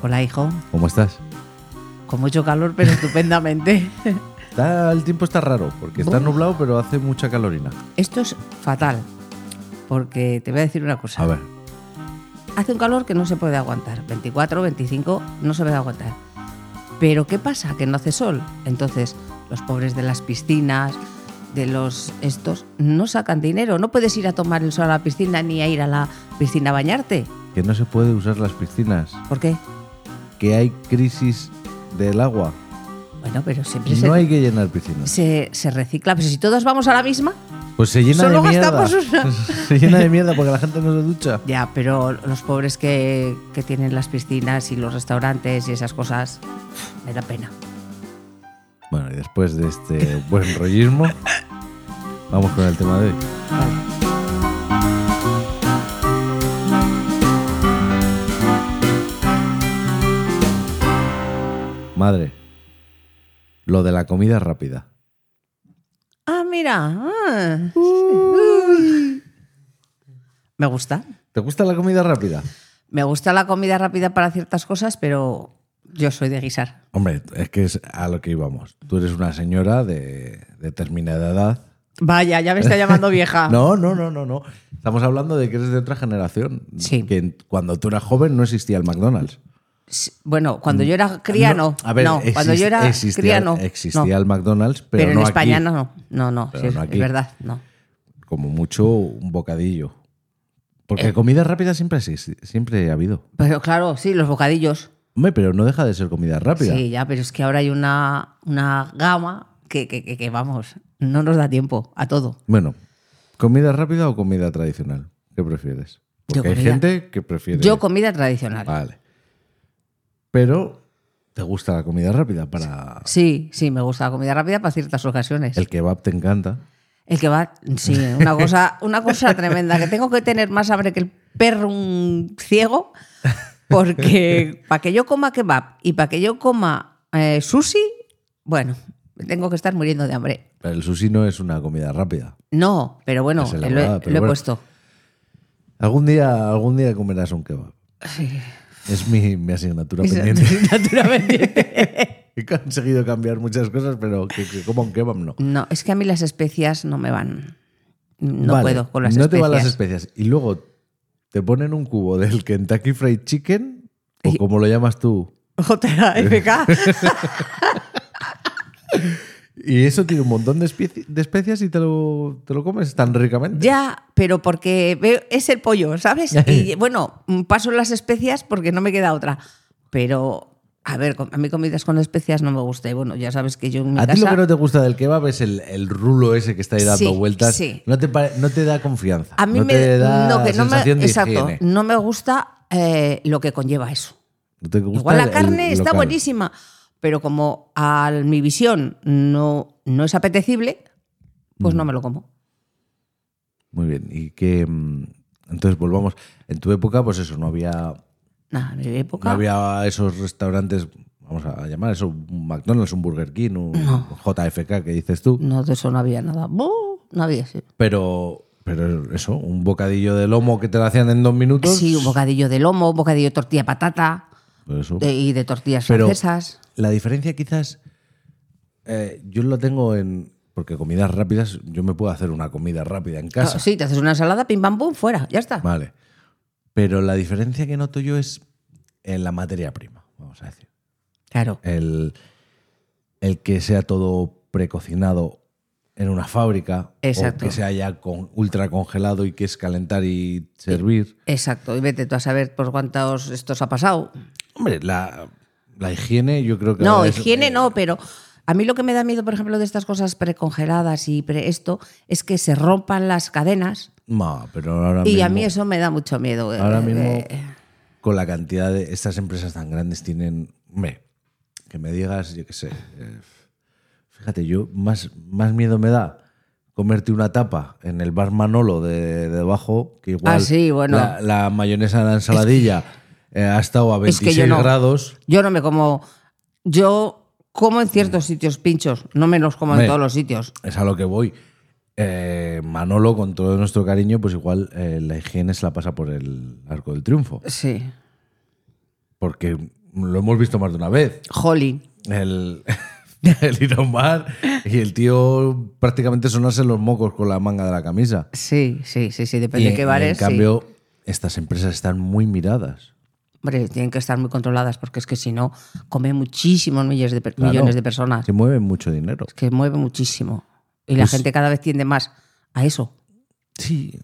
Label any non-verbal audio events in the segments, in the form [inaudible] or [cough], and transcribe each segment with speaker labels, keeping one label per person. Speaker 1: Hola, hijo.
Speaker 2: ¿Cómo estás?
Speaker 1: Con mucho calor, [laughs] pero estupendamente.
Speaker 2: Está- el tiempo está raro, porque está
Speaker 1: Uf.
Speaker 2: nublado, pero hace mucha calorina.
Speaker 1: Esto es fatal, porque te voy a decir una cosa.
Speaker 2: A ver,
Speaker 1: Hace un calor que no se puede aguantar. 24, 25, no se puede aguantar. Pero ¿qué pasa? Que no hace sol. Entonces, los pobres de las piscinas, de los estos, no sacan dinero. No puedes ir a tomar el sol a la piscina ni a ir a la piscina a bañarte.
Speaker 2: que no se puede usar las piscinas,
Speaker 1: ¿Por qué?
Speaker 2: que hay crisis del agua.
Speaker 1: Bueno, pero siempre se,
Speaker 2: No hay que llenar piscinas.
Speaker 1: se, se recicla. Pero si todos vamos a la misma,
Speaker 2: Pues se llena
Speaker 1: Solo
Speaker 2: de mierda.
Speaker 1: gastamos una.
Speaker 2: [laughs] Se llena de mierda porque la gente no se ducha.
Speaker 1: Ya, pero los pobres que, que tienen las piscinas y los restaurantes y esas cosas, me da pena.
Speaker 2: Bueno, y después de este buen rollismo, vamos con el tema de hoy. Madre, lo de la comida rápida.
Speaker 1: Ah, mira. ah. Me gusta.
Speaker 2: ¿Te gusta la comida rápida?
Speaker 1: Me gusta la comida rápida para ciertas cosas, pero yo soy de guisar.
Speaker 2: Hombre, es que es a lo que íbamos. Tú eres una señora de determinada edad.
Speaker 1: Vaya, ya me está llamando [laughs] vieja.
Speaker 2: No, no, no, no, no. Estamos hablando de que eres de otra generación.
Speaker 1: Sí.
Speaker 2: Que en- cuando tú eras joven no existía el McDonald's.
Speaker 1: S- Bueno, cuando yo era cría, no.
Speaker 2: Ah, A ver,
Speaker 1: No, cuando yo
Speaker 2: exist-
Speaker 1: era
Speaker 2: existía,
Speaker 1: cría, no.
Speaker 2: existía
Speaker 1: No.
Speaker 2: el McDonald's, pero,
Speaker 1: Pero, en
Speaker 2: no
Speaker 1: España
Speaker 2: aquí.
Speaker 1: no. No, no,
Speaker 2: Pero
Speaker 1: sí,
Speaker 2: no aquí.
Speaker 1: es verdad, no.
Speaker 2: Como mucho un bocadillo. Porque
Speaker 1: Eh.
Speaker 2: comida rápida siempre sí, sí, siempre ha habido.
Speaker 1: Pero claro, sí, los bocadillos.
Speaker 2: Hombre, pero no deja de ser comida rápida.
Speaker 1: Sí, ya, pero es que ahora hay una, una gama que, que- que- que, vamos, no nos da tiempo a todo.
Speaker 2: Bueno, ¿comida rápida o comida tradicional? ¿Qué prefieres?
Speaker 1: Yo
Speaker 2: Porque hay
Speaker 1: comida-
Speaker 2: gente que prefiere.
Speaker 1: Yo comida tradicional.
Speaker 2: Vale. Pero te gusta la comida rápida para
Speaker 1: Sí, sí, me gusta la comida rápida para ciertas ocasiones.
Speaker 2: el kebab te encanta.
Speaker 1: El que va, sí, una cosa, una cosa tremenda, que tengo que tener más hambre que el perro un ciego, porque para que yo coma kebab y para que yo coma eh, sushi, bueno, tengo que estar muriendo de hambre.
Speaker 2: Pero el sushi no es una comida rápida.
Speaker 1: No, pero bueno,
Speaker 2: Es
Speaker 1: lo he,
Speaker 2: elaborada, pero
Speaker 1: lo he
Speaker 2: bueno.
Speaker 1: puesto.
Speaker 2: Algún día, algún día comerás un kebab. Es mi, mi asignatura
Speaker 1: [laughs]
Speaker 2: pendiente. [laughs] He conseguido cambiar muchas cosas, pero que, que coma un kebab no.
Speaker 1: No, es que a mí las especias no me van. No
Speaker 2: Vale,
Speaker 1: puedo con las
Speaker 2: No te
Speaker 1: especias.
Speaker 2: van las especias. Y luego te ponen un cubo del Kentucky Fried Chicken, o
Speaker 1: Y-
Speaker 2: como lo llamas tú. [laughs]
Speaker 1: JFK.
Speaker 2: Y eso tiene un montón de, especi- de especias y te lo, te lo comes tan ricamente.
Speaker 1: ya, pero porque veo- es el pollo, ¿sabes? Y bueno, mm, paso las especias porque no me queda otra. Pero, a ver, com- a mí comidas con especias no me gusta. Y bueno, ya sabes que yo en mi
Speaker 2: A ti lo
Speaker 1: casa.
Speaker 2: que no te gusta del kebab es el, el rulo ese que está ahí dando
Speaker 1: Sí,
Speaker 2: vueltas.
Speaker 1: sí.
Speaker 2: No, te pare- no te da confianza.
Speaker 1: a mí
Speaker 2: no
Speaker 1: me.
Speaker 2: te da
Speaker 1: no, que no me,
Speaker 2: sensación de
Speaker 1: exacto,
Speaker 2: higiene.
Speaker 1: no me gusta eh, lo que conlleva eso.
Speaker 2: No te gusta
Speaker 1: Igual la
Speaker 2: el-
Speaker 1: carne
Speaker 2: el
Speaker 1: está
Speaker 2: local.
Speaker 1: buenísima, pero como a mi visión no, no es apetecible,
Speaker 2: Mm.
Speaker 1: pues no me lo como.
Speaker 2: Muy bien. Y que. mm, Entonces volvamos. En tu época, pues eso, no había
Speaker 1: Nada, en mi época.
Speaker 2: No había esos restaurantes, vamos a llamar eso, un McDonald's, un Burger King, un JFK que dices tú.
Speaker 1: No, de eso no había nada. ¡Buh! No había, sí.
Speaker 2: Pero, pero eso, un bocadillo de lomo que te lo hacían en dos minutos.
Speaker 1: Sí, un bocadillo de lomo, un bocadillo de tortilla de patata
Speaker 2: pues eso.
Speaker 1: de- y de tortillas
Speaker 2: Pero-
Speaker 1: francesas.
Speaker 2: La diferencia quizás, eh, yo lo tengo en... Porque comidas rápidas, yo me puedo hacer una comida rápida en casa.
Speaker 1: Ah, Sí, te haces una ensalada, pim pam pum, fuera, ya está.
Speaker 2: Vale. Pero la diferencia que noto yo es en la materia prima, vamos a decir.
Speaker 1: Claro.
Speaker 2: el, el que sea todo precocinado en una fábrica
Speaker 1: Exacto.
Speaker 2: o que sea ya con, ultra congelado y que es calentar y servir.
Speaker 1: Exacto, y vete tú a saber por cuántos estos ha pasado.
Speaker 2: Hombre, la, la higiene yo creo que...
Speaker 1: No,
Speaker 2: es- eh,
Speaker 1: higiene no, pero a mí lo que me da miedo, por ejemplo, de estas cosas precongeladas y pre esto, es que se rompan las cadenas
Speaker 2: No, pero ahora
Speaker 1: y
Speaker 2: mismo,
Speaker 1: a mí eso me da mucho miedo. eh, [laughs]
Speaker 2: ahora mismo
Speaker 1: eh,
Speaker 2: con la cantidad de... Estas empresas tan grandes tienen... Hombre, que me digas, yo qué sé... eh, fíjate, yo más, más miedo me da comerte una tapa en el bar Manolo de, de debajo, que igual
Speaker 1: Ah, sí, bueno.
Speaker 2: la, la mayonesa de la ensaladilla eh, ha estado a
Speaker 1: Es
Speaker 2: 26
Speaker 1: que yo no.
Speaker 2: grados.
Speaker 1: Yo no me como. Yo como en ciertos sitios pinchos, no me los como
Speaker 2: Hombre.
Speaker 1: en todos los sitios.
Speaker 2: Es a lo que voy. Eh, Manolo, con todo nuestro cariño, pues igual eh, la higiene se la pasa por el arco del triunfo.
Speaker 1: Sí.
Speaker 2: Porque lo hemos visto más de una vez.
Speaker 1: Holly.
Speaker 2: El, [laughs] el ir a un bar y el tío prácticamente sonarse los mocos con la manga de la camisa.
Speaker 1: Sí, sí, sí, sí, depende
Speaker 2: Y
Speaker 1: de
Speaker 2: en-
Speaker 1: qué bares.
Speaker 2: y En
Speaker 1: sí.
Speaker 2: cambio, estas empresas están muy miradas.
Speaker 1: Hombre, tienen que estar muy controladas porque es que si no, come muchísimos millones de, per- millones de personas.
Speaker 2: Que mueven mucho dinero.
Speaker 1: Es que mueve muchísimo. Y la gente cada vez tiende más a eso.
Speaker 2: Sí.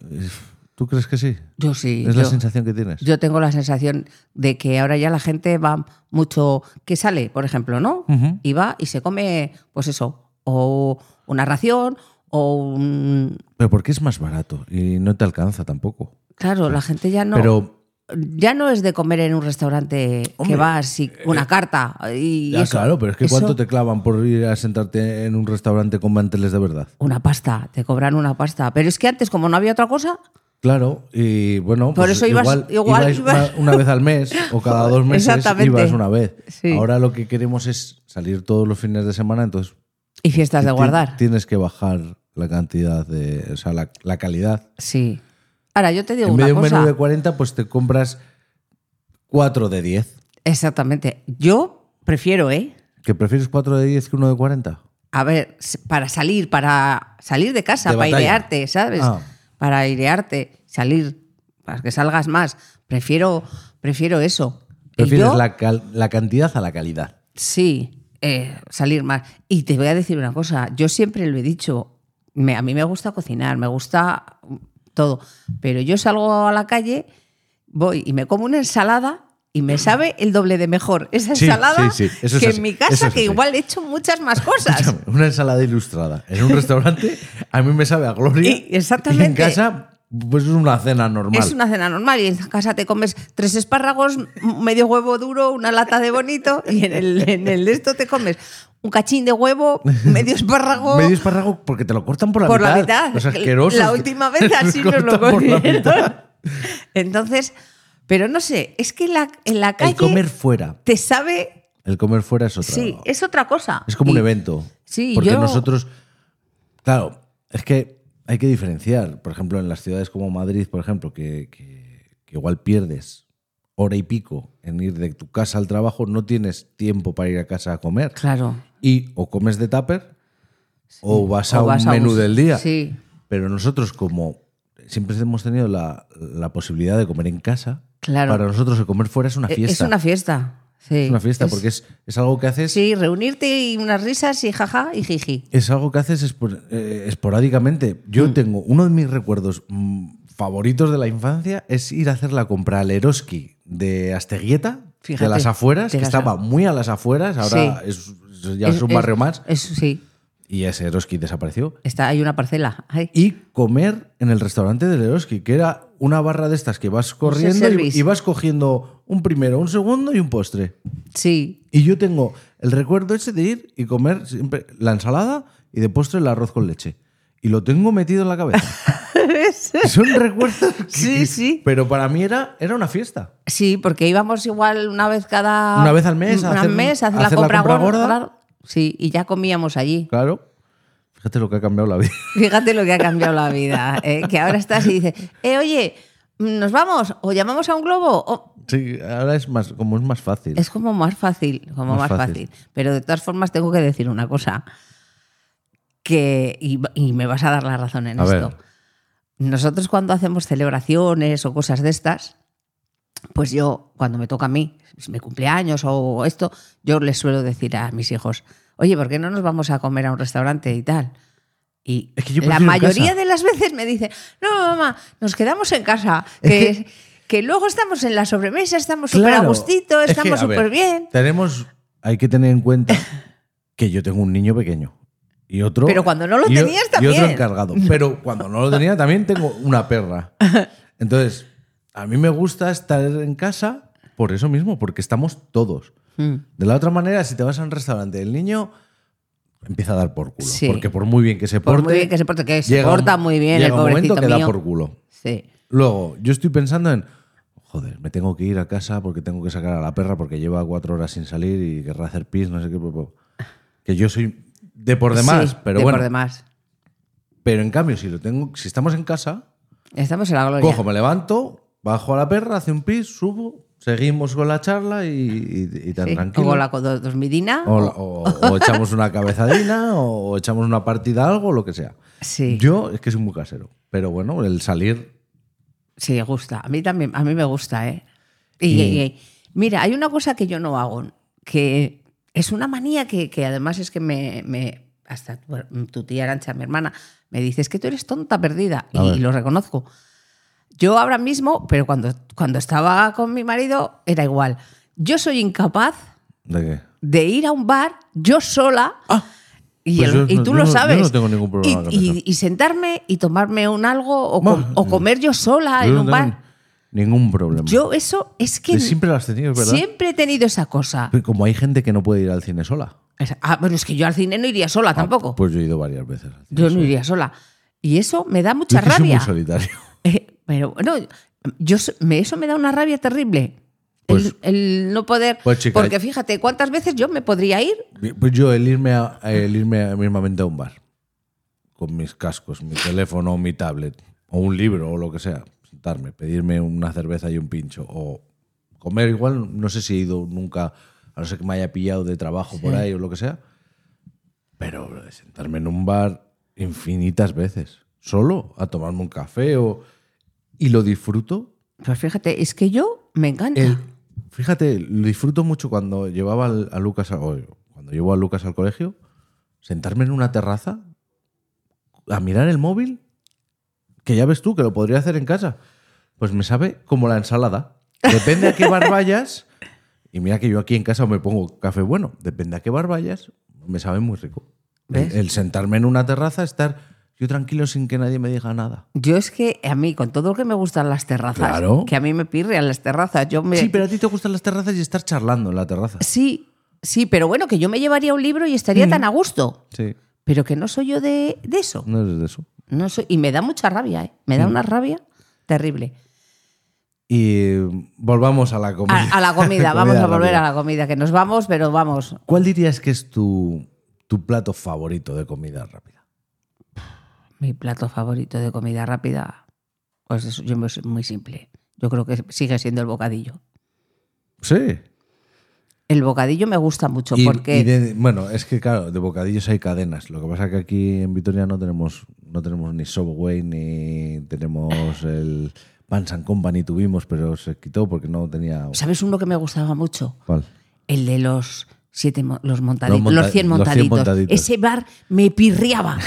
Speaker 2: ¿Tú crees que sí?
Speaker 1: Yo sí.
Speaker 2: es
Speaker 1: yo,
Speaker 2: la sensación que tienes.
Speaker 1: yo tengo la sensación de que ahora ya la gente va mucho. que sale, por ejemplo, ¿no?
Speaker 2: Ujú.
Speaker 1: Y va y se come, pues eso, o una ración, o un.
Speaker 2: Pero porque es más barato y no te alcanza tampoco.
Speaker 1: Claro, la gente ya no.
Speaker 2: Pero
Speaker 1: ya no es de comer en un restaurante
Speaker 2: Hombre, eh,
Speaker 1: que vas y una carta. Y
Speaker 2: Ya,
Speaker 1: eso.
Speaker 2: claro, pero es que
Speaker 1: Eso,
Speaker 2: ¿cuánto te clavan por ir a sentarte en un restaurante con manteles de verdad?
Speaker 1: Una pasta, te cobran una pasta. Pero es que antes, como no había otra cosa,
Speaker 2: Claro, y bueno,
Speaker 1: Por
Speaker 2: pues
Speaker 1: eso ibas-
Speaker 2: igual,
Speaker 1: igual
Speaker 2: ibais
Speaker 1: ibas-
Speaker 2: Una, una vez al
Speaker 1: [laughs]
Speaker 2: mes o cada dos meses
Speaker 1: Exactamente.
Speaker 2: ibas una vez.
Speaker 1: Sí.
Speaker 2: Ahora lo que queremos es salir todos los fines de semana, entonces
Speaker 1: y fiestas de
Speaker 2: ti-
Speaker 1: guardar.
Speaker 2: tienes que bajar la cantidad de, o sea, la, la calidad.
Speaker 1: Sí. Ahora, yo te digo
Speaker 2: en vez
Speaker 1: una
Speaker 2: de un
Speaker 1: cosa.
Speaker 2: menú de 40, pues te compras 4 de 10.
Speaker 1: Exactamente. Yo prefiero, ¿eh?
Speaker 2: ¿Que prefieres 4 de 10 que uno de 40?
Speaker 1: A ver, s- para salir, para salir de casa,
Speaker 2: De
Speaker 1: para
Speaker 2: batalla.
Speaker 1: airearte, ¿sabes?
Speaker 2: Ah.
Speaker 1: Para airearte, salir, para que salgas más. Prefiero, prefiero eso. Y
Speaker 2: Prefieres
Speaker 1: yo-
Speaker 2: la, cal- la cantidad a la calidad.
Speaker 1: Sí, eh, salir más. Y te voy a decir una cosa, yo siempre lo he dicho, me- a mí me gusta cocinar, me gusta todo, pero yo salgo a la calle, voy y me como una ensalada y me sabe el doble de mejor esa
Speaker 2: Sí,
Speaker 1: ensalada
Speaker 2: sí, sí, eso es
Speaker 1: que
Speaker 2: así,
Speaker 1: en mi
Speaker 2: eso
Speaker 1: casa,
Speaker 2: es
Speaker 1: que
Speaker 2: así.
Speaker 1: igual he hecho muchas más
Speaker 2: [laughs]
Speaker 1: cosas.
Speaker 2: Escúchame, una ensalada ilustrada en un restaurante a mí me sabe a gloria.
Speaker 1: Y- exactamente.
Speaker 2: Y en casa, pues es una cena normal.
Speaker 1: Es una cena normal y en casa te comes tres espárragos, m- medio huevo duro, una lata de bonito y en el, en el de esto te comes un cachín de huevo, medio espárrago,
Speaker 2: Medio espárrago porque te lo cortan por la
Speaker 1: por
Speaker 2: mitad.
Speaker 1: la mitad.
Speaker 2: Los asquerosos.
Speaker 1: La [laughs] última vez
Speaker 2: Los [laughs]
Speaker 1: así nos lo
Speaker 2: cortan por la
Speaker 1: cogieron. [laughs]
Speaker 2: mitad.
Speaker 1: Entonces, pero no sé, es que en la, en la calle
Speaker 2: El comer fuera.
Speaker 1: te sabe.
Speaker 2: El comer fuera es otra.
Speaker 1: Sí, es otra cosa.
Speaker 2: Es como un
Speaker 1: Y-
Speaker 2: evento.
Speaker 1: Sí,
Speaker 2: Porque
Speaker 1: yo-
Speaker 2: nosotros. Claro, es que hay que diferenciar. Por ejemplo, en las ciudades como Madrid, por ejemplo, que, que- que igual pierdes hora y pico en ir de tu casa al trabajo, no tienes tiempo para ir a casa a comer.
Speaker 1: Claro.
Speaker 2: Y o comes de tupper o vas a
Speaker 1: O vas
Speaker 2: un menú del día.
Speaker 1: Sí,
Speaker 2: Pero nosotros, como siempre hemos tenido la, la posibilidad de comer en casa,
Speaker 1: Claro.
Speaker 2: para nosotros el comer fuera es una
Speaker 1: e-
Speaker 2: fiesta.
Speaker 1: es una fiesta. Sí.
Speaker 2: Es una fiesta
Speaker 1: Es-
Speaker 2: porque es, es algo que haces.
Speaker 1: Sí, reunirte y unas risas y jaja y jiji.
Speaker 2: Es algo que haces espor- eh, esporádicamente. Yo
Speaker 1: Mm.
Speaker 2: tengo uno de mis recuerdos mm, favoritos de la infancia es ir a hacer la compra al Eroski de Asteguieta,
Speaker 1: Fíjate,
Speaker 2: de las afueras,
Speaker 1: de
Speaker 2: que
Speaker 1: las
Speaker 2: estaba muy a las afueras, ahora es- es- ya es,
Speaker 1: Es-
Speaker 2: un barrio más,
Speaker 1: es- sí,
Speaker 2: y ese Eroski desapareció.
Speaker 1: está, hay una parcela. Ay,
Speaker 2: Y comer en el restaurante del Eroski, que era una barra de estas que vas corriendo y,
Speaker 1: service.
Speaker 2: y vas cogiendo un primero, un segundo y un postre.
Speaker 1: sí,
Speaker 2: Y yo tengo el recuerdo ese de ir y comer siempre la ensalada y de postre el arroz con leche. Y lo tengo metido en la cabeza.
Speaker 1: [laughs]
Speaker 2: Son recuerdos. que-
Speaker 1: Sí, sí.
Speaker 2: Pero para mí era, era una fiesta.
Speaker 1: sí, porque íbamos igual una vez cada.
Speaker 2: Una vez al mes a
Speaker 1: Una
Speaker 2: hacer-
Speaker 1: mes, a hacer,
Speaker 2: a hacer
Speaker 1: la compra, gorda.
Speaker 2: gorda.
Speaker 1: Sí, y ya comíamos allí.
Speaker 2: Claro. Fíjate lo que ha cambiado la vida. [laughs]
Speaker 1: Fíjate lo que ha cambiado la vida. ¿eh? Que ahora estás y dices, eh, oye, ¿nos vamos? ¿O llamamos a un globo? O-
Speaker 2: Sí, ahora es más, como es más fácil.
Speaker 1: Es como más fácil, como
Speaker 2: Más
Speaker 1: más,
Speaker 2: fácil.
Speaker 1: fácil. Pero de todas formas tengo que decir una cosa. Que, y, y me vas a dar la razón en
Speaker 2: A
Speaker 1: esto.
Speaker 2: ver.
Speaker 1: Nosotros cuando hacemos celebraciones o cosas de estas, pues yo, cuando me toca a mí, si me cumpleaños o esto, yo les suelo decir a mis hijos, oye, ¿por qué no nos vamos a comer a un restaurante y tal? Y
Speaker 2: Es que yo
Speaker 1: la
Speaker 2: prefiero en
Speaker 1: mayoría
Speaker 2: casa.
Speaker 1: de las veces me dicen, no, mamá, nos quedamos en casa,
Speaker 2: Es
Speaker 1: que,
Speaker 2: que-
Speaker 1: que luego estamos en la sobremesa, estamos súper a
Speaker 2: Claro.
Speaker 1: gustito,
Speaker 2: Es que,
Speaker 1: estamos
Speaker 2: a ver,
Speaker 1: súper bien.
Speaker 2: Tenemos, hay que tener en
Speaker 1: [laughs]
Speaker 2: cuenta que yo tengo un niño pequeño. Y otro,
Speaker 1: Pero cuando no lo
Speaker 2: y o-
Speaker 1: tenías,
Speaker 2: Y otro
Speaker 1: también.
Speaker 2: encargado.
Speaker 1: [laughs]
Speaker 2: Pero cuando no lo tenía también tengo una perra. Entonces, a mí me gusta estar en casa por eso mismo, porque estamos todos. De la otra manera, si te vas a un restaurante, el niño empieza a dar por culo.
Speaker 1: Sí.
Speaker 2: Porque por muy bien que se
Speaker 1: Por
Speaker 2: porte...
Speaker 1: muy bien que se porte, que se
Speaker 2: llega un-
Speaker 1: porta muy bien
Speaker 2: llega
Speaker 1: el
Speaker 2: un momento
Speaker 1: pobrecito
Speaker 2: que da
Speaker 1: mío.
Speaker 2: por culo.
Speaker 1: Sí.
Speaker 2: Luego, yo estoy pensando en, joder, me tengo que ir a casa porque tengo que sacar a la perra porque lleva cuatro horas sin salir y querrá hacer pis, no sé qué. po, po. Que yo soy de por demás,
Speaker 1: Sí,
Speaker 2: pero
Speaker 1: de
Speaker 2: bueno.
Speaker 1: por demás.
Speaker 2: Pero en cambio, si lo tengo, si estamos en casa,
Speaker 1: Estamos en la gloria.
Speaker 2: cojo, me levanto, bajo a la perra, hace un pis, subo, Seguimos con la charla y, y- y tan
Speaker 1: Sí.
Speaker 2: tranquilo.
Speaker 1: O la co- do- dormidina.
Speaker 2: O, la- o- o echamos una cabezadina o, echamos una partida a algo, lo que sea.
Speaker 1: Sí,
Speaker 2: Yo es que soy muy casero, pero bueno, el salir
Speaker 1: sí, gusta. A mí también, a mí me gusta, ¿eh? Y,
Speaker 2: Y-
Speaker 1: y- mira, hay una cosa que yo no hago, que es una manía que, que además es que me, me- hasta tu, tu tía Arancha, mi hermana, me dice, es que tú eres tonta perdida, y,
Speaker 2: A ver.
Speaker 1: lo reconozco. Yo ahora mismo, pero cuando, cuando estaba con mi marido, era igual. Yo soy incapaz
Speaker 2: de qué?
Speaker 1: de ir a un bar yo sola. Y,
Speaker 2: pues
Speaker 1: el-
Speaker 2: yo
Speaker 1: y
Speaker 2: no-
Speaker 1: tú
Speaker 2: yo no-
Speaker 1: lo
Speaker 2: yo
Speaker 1: sabes.
Speaker 2: no tengo ningún problema
Speaker 1: Y-
Speaker 2: con
Speaker 1: y,
Speaker 2: eso.
Speaker 1: y sentarme y tomarme un algo o, com-
Speaker 2: Bah,
Speaker 1: o comer yo
Speaker 2: Yo
Speaker 1: sola Ah, en
Speaker 2: no
Speaker 1: un
Speaker 2: tengo
Speaker 1: bar.
Speaker 2: Ningún problema.
Speaker 1: Yo eso es que
Speaker 2: De siempre lo has tenido, es ¿verdad?
Speaker 1: siempre he tenido esa cosa.
Speaker 2: Pero como hay gente que no puede ir al cine sola.
Speaker 1: Es- Ah, bueno, es que yo al cine no iría sola tampoco.
Speaker 2: Pues yo he ido varias veces. al cine
Speaker 1: yo no
Speaker 2: sola.
Speaker 1: iría sola. Y eso me da
Speaker 2: Yo
Speaker 1: mucha
Speaker 2: es que soy muy
Speaker 1: rabia.
Speaker 2: solitario.
Speaker 1: [laughs] Eh, pero bueno, yo, so- me- eso me da una rabia terrible.
Speaker 2: Pues-
Speaker 1: el, el no poder.
Speaker 2: pues, chica,
Speaker 1: porque fíjate, ¿cuántas veces yo me podría ir?
Speaker 2: Pues yo el irme, a, el irme mismamente a un bar con mis cascos, mi teléfono, mi tablet o un libro o lo que sea, sentarme, pedirme una cerveza y un pincho o comer igual, no sé si he ido nunca, a no ser que me haya pillado de trabajo por ahí o lo que sea, pero lo de sentarme en un bar infinitas veces, solo a tomarme un café o y lo disfruto
Speaker 1: Pues fíjate, es que yo me encanta.
Speaker 2: el- fíjate, lo disfruto mucho cuando llevaba al- a Lucas a- o cuando llevo a Lucas al colegio, sentarme en una terraza a mirar el móvil, que ya ves tú que lo podría hacer en casa. Pues me sabe como la ensalada. Depende a qué bar vayas. Y mira que yo aquí en casa me pongo café bueno. Depende a qué bar vayas, me sabe muy rico. El,
Speaker 1: ¿Ves?
Speaker 2: el sentarme en una terraza, estar yo tranquilo sin que nadie me diga nada.
Speaker 1: Yo es que a mí, con todo lo que me gustan las terrazas,
Speaker 2: Claro.
Speaker 1: que a mí me pirrean las terrazas, yo me...
Speaker 2: Sí, pero a ti te gustan las terrazas y estar charlando en la terraza.
Speaker 1: sí, sí, pero bueno, que yo me llevaría un libro y estaría tan a
Speaker 2: Mm.
Speaker 1: gusto,
Speaker 2: Sí,
Speaker 1: pero que no soy yo de, de eso.
Speaker 2: no es de eso.
Speaker 1: No soy, y me da mucha rabia, ¿eh? me da
Speaker 2: Mm.
Speaker 1: una rabia terrible.
Speaker 2: Y volvamos a la [laughs] comida.
Speaker 1: A, a la comida, vamos a volver a
Speaker 2: rápida.
Speaker 1: la comida, que nos vamos, pero vamos.
Speaker 2: ¿Cuál dirías que es tu, tu plato favorito de comida rápida?
Speaker 1: Mi plato favorito de comida rápida, pues eso, yo me- soy muy simple. Yo creo que sigue siendo el bocadillo.
Speaker 2: Sí.
Speaker 1: El bocadillo me gusta mucho
Speaker 2: Y-
Speaker 1: porque...
Speaker 2: y de- bueno, es que claro, de bocadillos hay cadenas. Lo que pasa es que aquí en Vitoria no tenemos, no tenemos ni Subway, ni tenemos el Pans and Company, tuvimos, pero se quitó porque no tenía...
Speaker 1: ¿Sabes uno que me gustaba mucho?
Speaker 2: ¿Cuál?
Speaker 1: El de los siete mo- los montaditos,
Speaker 2: Los
Speaker 1: los,
Speaker 2: monta-
Speaker 1: 100
Speaker 2: los 100
Speaker 1: montaditos.
Speaker 2: montaditos.
Speaker 1: Ese bar me pirriaba,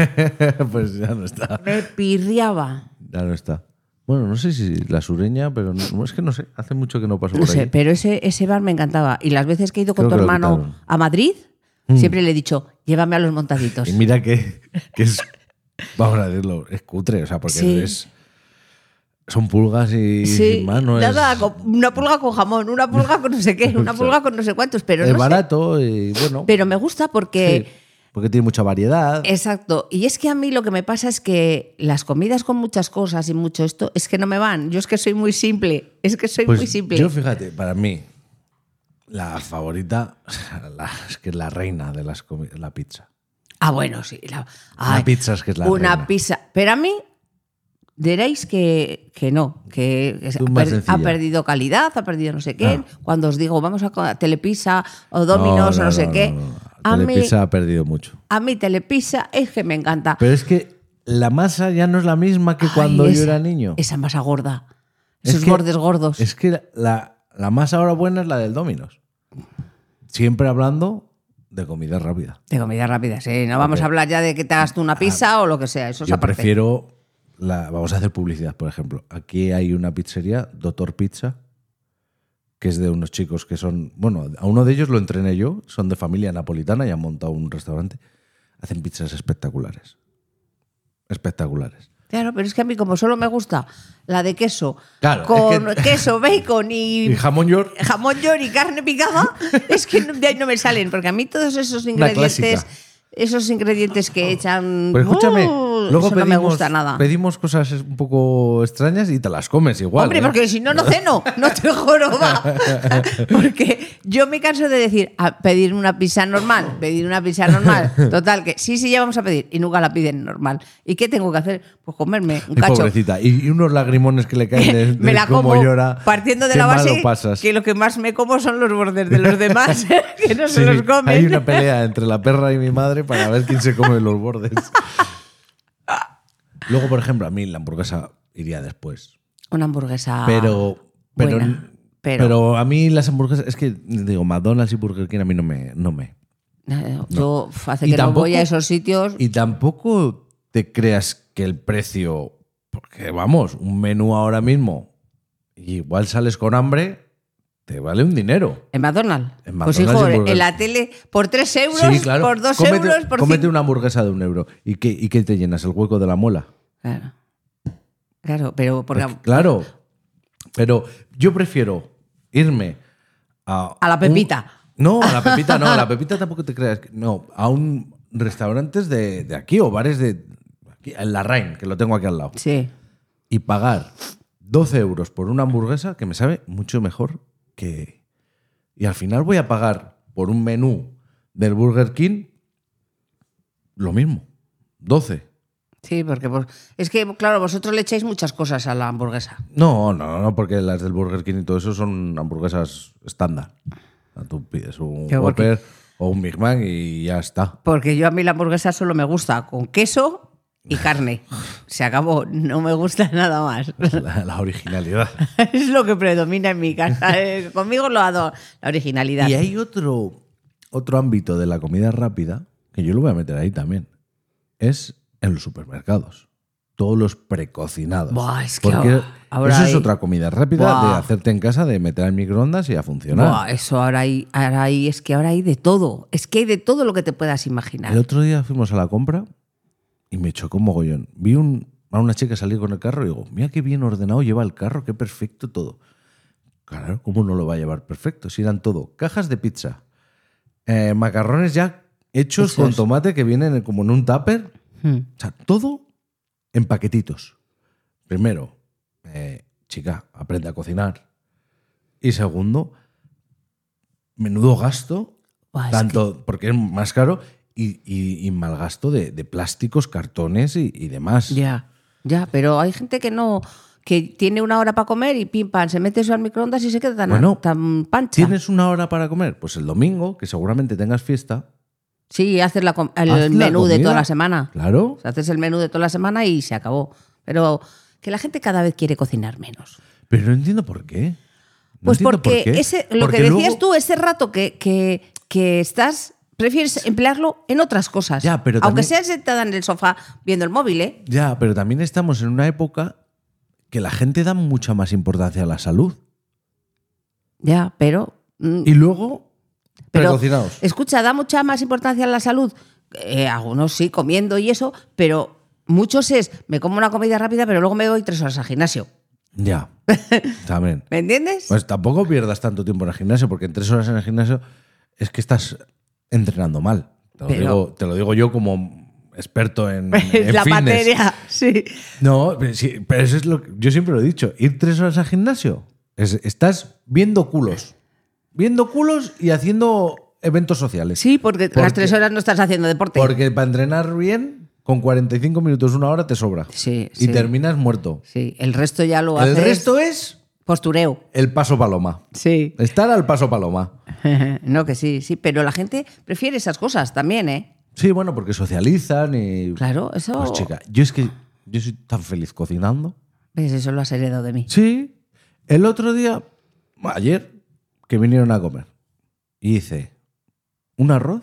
Speaker 2: [laughs] pues ya no está.
Speaker 1: me pirriaba.
Speaker 2: Ya no está. Bueno, no sé si la sureña, pero no- es que no sé. Hace mucho que no paso
Speaker 1: No
Speaker 2: por
Speaker 1: sé,
Speaker 2: aquí.
Speaker 1: pero ese, ese bar me encantaba. Y las veces que he ido con
Speaker 2: Creo
Speaker 1: tu
Speaker 2: que lo
Speaker 1: hermano
Speaker 2: quitaron. Mm.
Speaker 1: a Madrid, siempre le he dicho, llévame a los montaditos.
Speaker 2: Y mira que, que es, vamos a decirlo, es cutre, o sea, porque
Speaker 1: Sí.
Speaker 2: es, son pulgas y
Speaker 1: Sí,
Speaker 2: sin más, no
Speaker 1: nada,
Speaker 2: es,
Speaker 1: con- una pulga con jamón, una pulga con no
Speaker 2: [laughs]
Speaker 1: sé qué, una pulga con no sé cuántos, pero
Speaker 2: es
Speaker 1: no sé.
Speaker 2: barato y bueno,
Speaker 1: Pero me gusta porque...
Speaker 2: sí, porque tiene mucha variedad.
Speaker 1: Exacto. Y es que a mí lo que me pasa es que las comidas con muchas cosas y mucho esto, es que no me van. Yo es que soy muy simple. Es que soy
Speaker 2: Pues
Speaker 1: muy simple.
Speaker 2: Yo fíjate, para mí, la favorita, [laughs] la- es que es la reina de las comi- la pizza.
Speaker 1: Ah, bueno, sí. La,
Speaker 2: la
Speaker 1: ay,
Speaker 2: pizza es que es la
Speaker 1: una
Speaker 2: reina.
Speaker 1: pizza. Pero a mí diréis que, que no, que, que
Speaker 2: Tú
Speaker 1: ha,
Speaker 2: más
Speaker 1: per-
Speaker 2: sencilla. Ah.
Speaker 1: ha perdido calidad, ha perdido no sé qué. Cuando os digo, vamos a co- a Telepisa o
Speaker 2: No,
Speaker 1: Dominos o no, sé qué.
Speaker 2: no, no.
Speaker 1: A, mí,
Speaker 2: Telepizza ha perdido mucho.
Speaker 1: a mí Telepisa es que me encanta.
Speaker 2: Pero es que la masa ya no es la misma que
Speaker 1: Ay,
Speaker 2: cuando yo
Speaker 1: esa-
Speaker 2: era niño.
Speaker 1: Esa masa gorda.
Speaker 2: Es
Speaker 1: Esos
Speaker 2: que-
Speaker 1: gordes gordos.
Speaker 2: Es que la, la más ahora buena es la del Dominos. Siempre hablando de comida rápida.
Speaker 1: De comida rápida, sí. No vamos a hablar ya de que te hagas tú una pizza o lo que sea. Eso es
Speaker 2: Ah, Yo
Speaker 1: aparte.
Speaker 2: prefiero. La, vamos a hacer publicidad, por ejemplo. Aquí hay una pizzería, Doctor Pizza, que es de unos chicos que son. Bueno, a uno de ellos lo entrené yo, son de familia napolitana y han montado un restaurante. Hacen pizzas espectaculares. Espectaculares.
Speaker 1: Claro, pero es que a mí como solo me gusta la de queso,
Speaker 2: Claro,
Speaker 1: con
Speaker 2: es que-
Speaker 1: queso, bacon
Speaker 2: Y [laughs]
Speaker 1: y
Speaker 2: jamón york.
Speaker 1: jamón york y
Speaker 2: [laughs]
Speaker 1: carne picada, es que no- de ahí no me salen, porque a mí todos esos
Speaker 2: Una
Speaker 1: ingredientes,
Speaker 2: clásica. Oh.
Speaker 1: esos ingredientes que echan...
Speaker 2: Pero escúchame,
Speaker 1: ¡Uh! eso, eso no me gusta nada.
Speaker 2: pedimos cosas un poco extrañas y te las comes igual.
Speaker 1: Hombre,
Speaker 2: ¿eh?
Speaker 1: porque si no, no ceno,
Speaker 2: [laughs]
Speaker 1: no te juro, va. Porque yo me canso de decir, a pedir una pizza normal, pedir una
Speaker 2: [laughs]
Speaker 1: pizza normal. Total, que sí, sí, ya vamos a pedir. Y nunca la piden normal. ¿Y qué tengo que hacer? Pues comerme un
Speaker 2: Ay,
Speaker 1: cacho.
Speaker 2: pobrecita. Y, y unos lagrimones que le caen de,
Speaker 1: [laughs] me
Speaker 2: de
Speaker 1: la
Speaker 2: cómo
Speaker 1: como
Speaker 2: llora.
Speaker 1: partiendo de
Speaker 2: Qué
Speaker 1: la
Speaker 2: mal lo
Speaker 1: base
Speaker 2: pasas.
Speaker 1: que lo que más me como son los bordes de
Speaker 2: [laughs]
Speaker 1: los demás, [laughs] que no se
Speaker 2: Sí,
Speaker 1: los comen.
Speaker 2: Hay una pelea entre la perra y mi madre para ver quién se come los
Speaker 1: [laughs]
Speaker 2: bordes. Luego, por ejemplo, a mí la hamburguesa iría después.
Speaker 1: Una hamburguesa.
Speaker 2: Pero, pero,
Speaker 1: Ah, buena, pero-
Speaker 2: pero, a mí las hamburguesas, es que digo, McDonald's y Burger King a mí no me. No me.
Speaker 1: No, Eh, Yo uf, hace
Speaker 2: Y
Speaker 1: que
Speaker 2: tampoco-
Speaker 1: no voy a esos sitios.
Speaker 2: Y tampoco te creas que el precio. Porque vamos, un menú ahora mismo, igual sales con hambre, te vale un dinero.
Speaker 1: ¿En McDonald's?
Speaker 2: En McDonald's
Speaker 1: pues
Speaker 2: y
Speaker 1: hijo,
Speaker 2: hamburguesas.
Speaker 1: en la tele por 3 euros,
Speaker 2: Sí, claro.
Speaker 1: por 2
Speaker 2: Cómete-
Speaker 1: euros, por
Speaker 2: Cómete
Speaker 1: cinco-
Speaker 2: una hamburguesa de un euro. ¿Y qué, ¿Y qué te llenas? ¿El hueco de la muela?
Speaker 1: Claro. Claro, pero porque
Speaker 2: Porque, claro. Pero yo prefiero irme a.
Speaker 1: A la Pepita.
Speaker 2: un- no,
Speaker 1: [laughs]
Speaker 2: a la Pepita no. A la Pepita tampoco te creas. que- No, a un restaurantes de, de aquí o bares de. Aquí, en la Rain, que lo tengo aquí al lado.
Speaker 1: sí.
Speaker 2: Y pagar 12 euros por una hamburguesa que me sabe mucho mejor que. Y al final voy a pagar por un menú del Burger King lo mismo. 12.
Speaker 1: Sí, porque vos- es que, claro, vosotros le echáis muchas cosas a la hamburguesa.
Speaker 2: No, no, no, porque las del Burger King y todo eso son hamburguesas estándar. O sea, Tú pides un
Speaker 1: Qué
Speaker 2: Whopper o un Big Mac y ya está.
Speaker 1: Porque yo a mí la hamburguesa solo me gusta con queso y carne. Se acabó, no me gusta [laughs] nada más.
Speaker 2: La, la originalidad.
Speaker 1: Es lo que predomina en mi casa. [laughs] eh. Conmigo lo hago la originalidad.
Speaker 2: y hay otro, otro ámbito de la comida rápida que yo lo voy a meter ahí también. Es en los supermercados. Todos los precocinados.
Speaker 1: Buah, es que
Speaker 2: Porque
Speaker 1: ahora- ahora
Speaker 2: eso
Speaker 1: hay-
Speaker 2: es otra comida rápida
Speaker 1: Buah.
Speaker 2: de hacerte en casa, de meter al microondas y a funcionar.
Speaker 1: Buah, eso ahora hay, ahora hay, es que ahora hay de todo. Es que hay de todo lo que te puedas imaginar.
Speaker 2: El otro día fuimos a la compra y me chocó mogollón. Vi un- a una chica salir con el carro y digo, mira qué bien ordenado lleva el carro, qué perfecto todo. Claro, ¿cómo no lo va a llevar perfecto? Si eran todo cajas de pizza, eh, macarrones ya hechos
Speaker 1: Hechos.
Speaker 2: con tomate que vienen en- como en un tupper.
Speaker 1: Hmm.
Speaker 2: O sea, todo en paquetitos. Primero, eh, chica, aprende a cocinar. Y segundo, menudo gasto
Speaker 1: Buah, Ah, es
Speaker 2: tanto porque es más caro y, y, y malgasto de, de plásticos, cartones y, y demás.
Speaker 1: Ya, ya, pero hay gente que no, que tiene una hora para comer y pim pam, se mete eso al microondas y se queda tan,
Speaker 2: Bueno,
Speaker 1: tan pancha.
Speaker 2: ¿Tienes una hora para comer? Pues el domingo, que seguramente tengas fiesta.
Speaker 1: Sí, haces la com- el
Speaker 2: haz la
Speaker 1: menú de toda
Speaker 2: comida.
Speaker 1: la semana.
Speaker 2: Claro.
Speaker 1: O sea, haces el menú de toda la semana y se acabó. Pero que la gente cada vez quiere cocinar menos.
Speaker 2: Pero no entiendo por qué. No
Speaker 1: Pues
Speaker 2: entiendo
Speaker 1: porque
Speaker 2: por qué.
Speaker 1: ese, lo
Speaker 2: Porque
Speaker 1: que decías
Speaker 2: luego-
Speaker 1: tú, ese rato que, que, que estás, prefieres emplearlo en otras cosas.
Speaker 2: Ya, pero
Speaker 1: Aunque
Speaker 2: también-
Speaker 1: seas sentada en el sofá viendo el móvil, ¿eh?
Speaker 2: Ya, pero también estamos en una época que la gente da mucha más importancia a la salud.
Speaker 1: Ya, pero. mm,
Speaker 2: Y luego,
Speaker 1: Pero,
Speaker 2: precocinados.
Speaker 1: Escucha, da mucha más importancia a la salud. Eh, algunos sí, comiendo y eso, pero muchos es, me como una comida rápida, pero luego me voy tres horas al gimnasio. [laughs]
Speaker 2: Ya. también.
Speaker 1: ¿Me entiendes?
Speaker 2: Pues tampoco pierdas tanto tiempo en el gimnasio, porque en tres horas en el gimnasio es que estás entrenando mal. Te lo,
Speaker 1: Pero-
Speaker 2: digo, te lo digo yo como experto en,
Speaker 1: [laughs] [laughs] Es
Speaker 2: en
Speaker 1: la
Speaker 2: fitness.
Speaker 1: materia, sí.
Speaker 2: No, pero, sí, pero eso es lo que yo siempre lo he dicho. Ir tres horas al gimnasio, es- estás viendo culos. Viendo culos y haciendo eventos sociales.
Speaker 1: Sí, porque
Speaker 2: Porque-
Speaker 1: las tres horas no estás haciendo deporte.
Speaker 2: Porque para entrenar bien, con 45 minutos, una hora te sobra.
Speaker 1: Sí,
Speaker 2: y
Speaker 1: sí.
Speaker 2: terminas muerto.
Speaker 1: Sí, el resto ya lo
Speaker 2: El
Speaker 1: haces.
Speaker 2: resto es
Speaker 1: Postureo.
Speaker 2: el paso paloma.
Speaker 1: Sí.
Speaker 2: Estar al paso paloma.
Speaker 1: [laughs] no, que sí, sí, pero la gente prefiere esas cosas también, ¿eh?
Speaker 2: Sí, bueno, porque socializan y.
Speaker 1: Claro, eso.
Speaker 2: Pues chica, yo es que yo soy tan feliz cocinando.
Speaker 1: ¿Ves? Eso lo has heredado de mí.
Speaker 2: Sí. El otro día, ayer, que vinieron a comer. Y hice un arroz.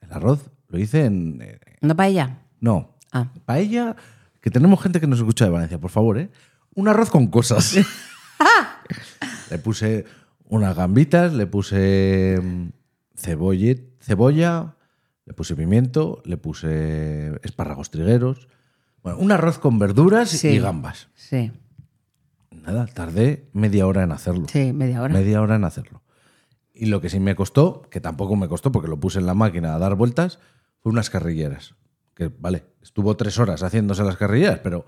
Speaker 2: El arroz lo hice en. eh,
Speaker 1: ¿No para ella?
Speaker 2: no.
Speaker 1: Ah.
Speaker 2: Paella. Que tenemos gente que nos escucha de Valencia, por favor, ¿eh? Un arroz con
Speaker 1: [laughs]
Speaker 2: cosas. le puse unas gambitas, le puse mm, cebolle- cebolla, le puse pimiento, le puse espárragos trigueros. Bueno, un arroz con verduras
Speaker 1: Sí.
Speaker 2: y gambas.
Speaker 1: Sí,
Speaker 2: Nada, tardé media hora en hacerlo.
Speaker 1: sí, media hora.
Speaker 2: Media hora en hacerlo. Y lo que sí me costó, que tampoco me costó porque lo puse en la máquina a dar vueltas, fue unas carrilleras. Que que vale, estuvo tres horas haciéndose las carrillas, pero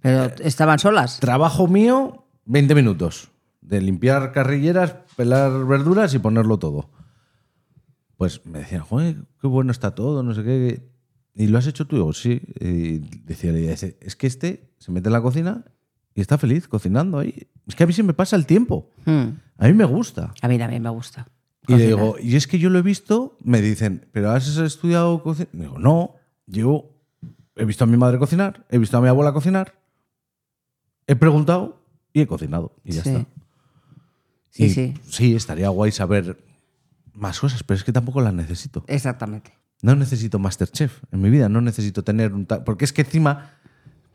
Speaker 1: Pero estaban solas.
Speaker 2: trabajo mío, 20 minutos. De limpiar carrilleras, pelar verduras y ponerlo todo. Pues me decían, joder, qué bueno está todo, no sé qué. ¿Y lo has hecho tú? Y digo, sí. Y decía la idea, dice, es que este se mete en la cocina y está feliz cocinando ahí. Es que a mí se me pasa el tiempo.
Speaker 1: Mm.
Speaker 2: A mí me gusta.
Speaker 1: A mí también me gusta.
Speaker 2: Y le
Speaker 1: cocinar.
Speaker 2: digo, y es que yo lo he visto, me dicen, ¿pero has estudiado cocina? Digo, no, yo he visto a mi madre cocinar, he visto a mi abuela cocinar, he preguntado y he cocinado. Y ya
Speaker 1: Sí.
Speaker 2: está.
Speaker 1: Sí,
Speaker 2: Y
Speaker 1: sí.
Speaker 2: Sí, estaría guay saber más cosas, pero es que tampoco las necesito.
Speaker 1: Exactamente.
Speaker 2: No necesito Masterchef en mi vida, no necesito tener un tal. Porque es que encima,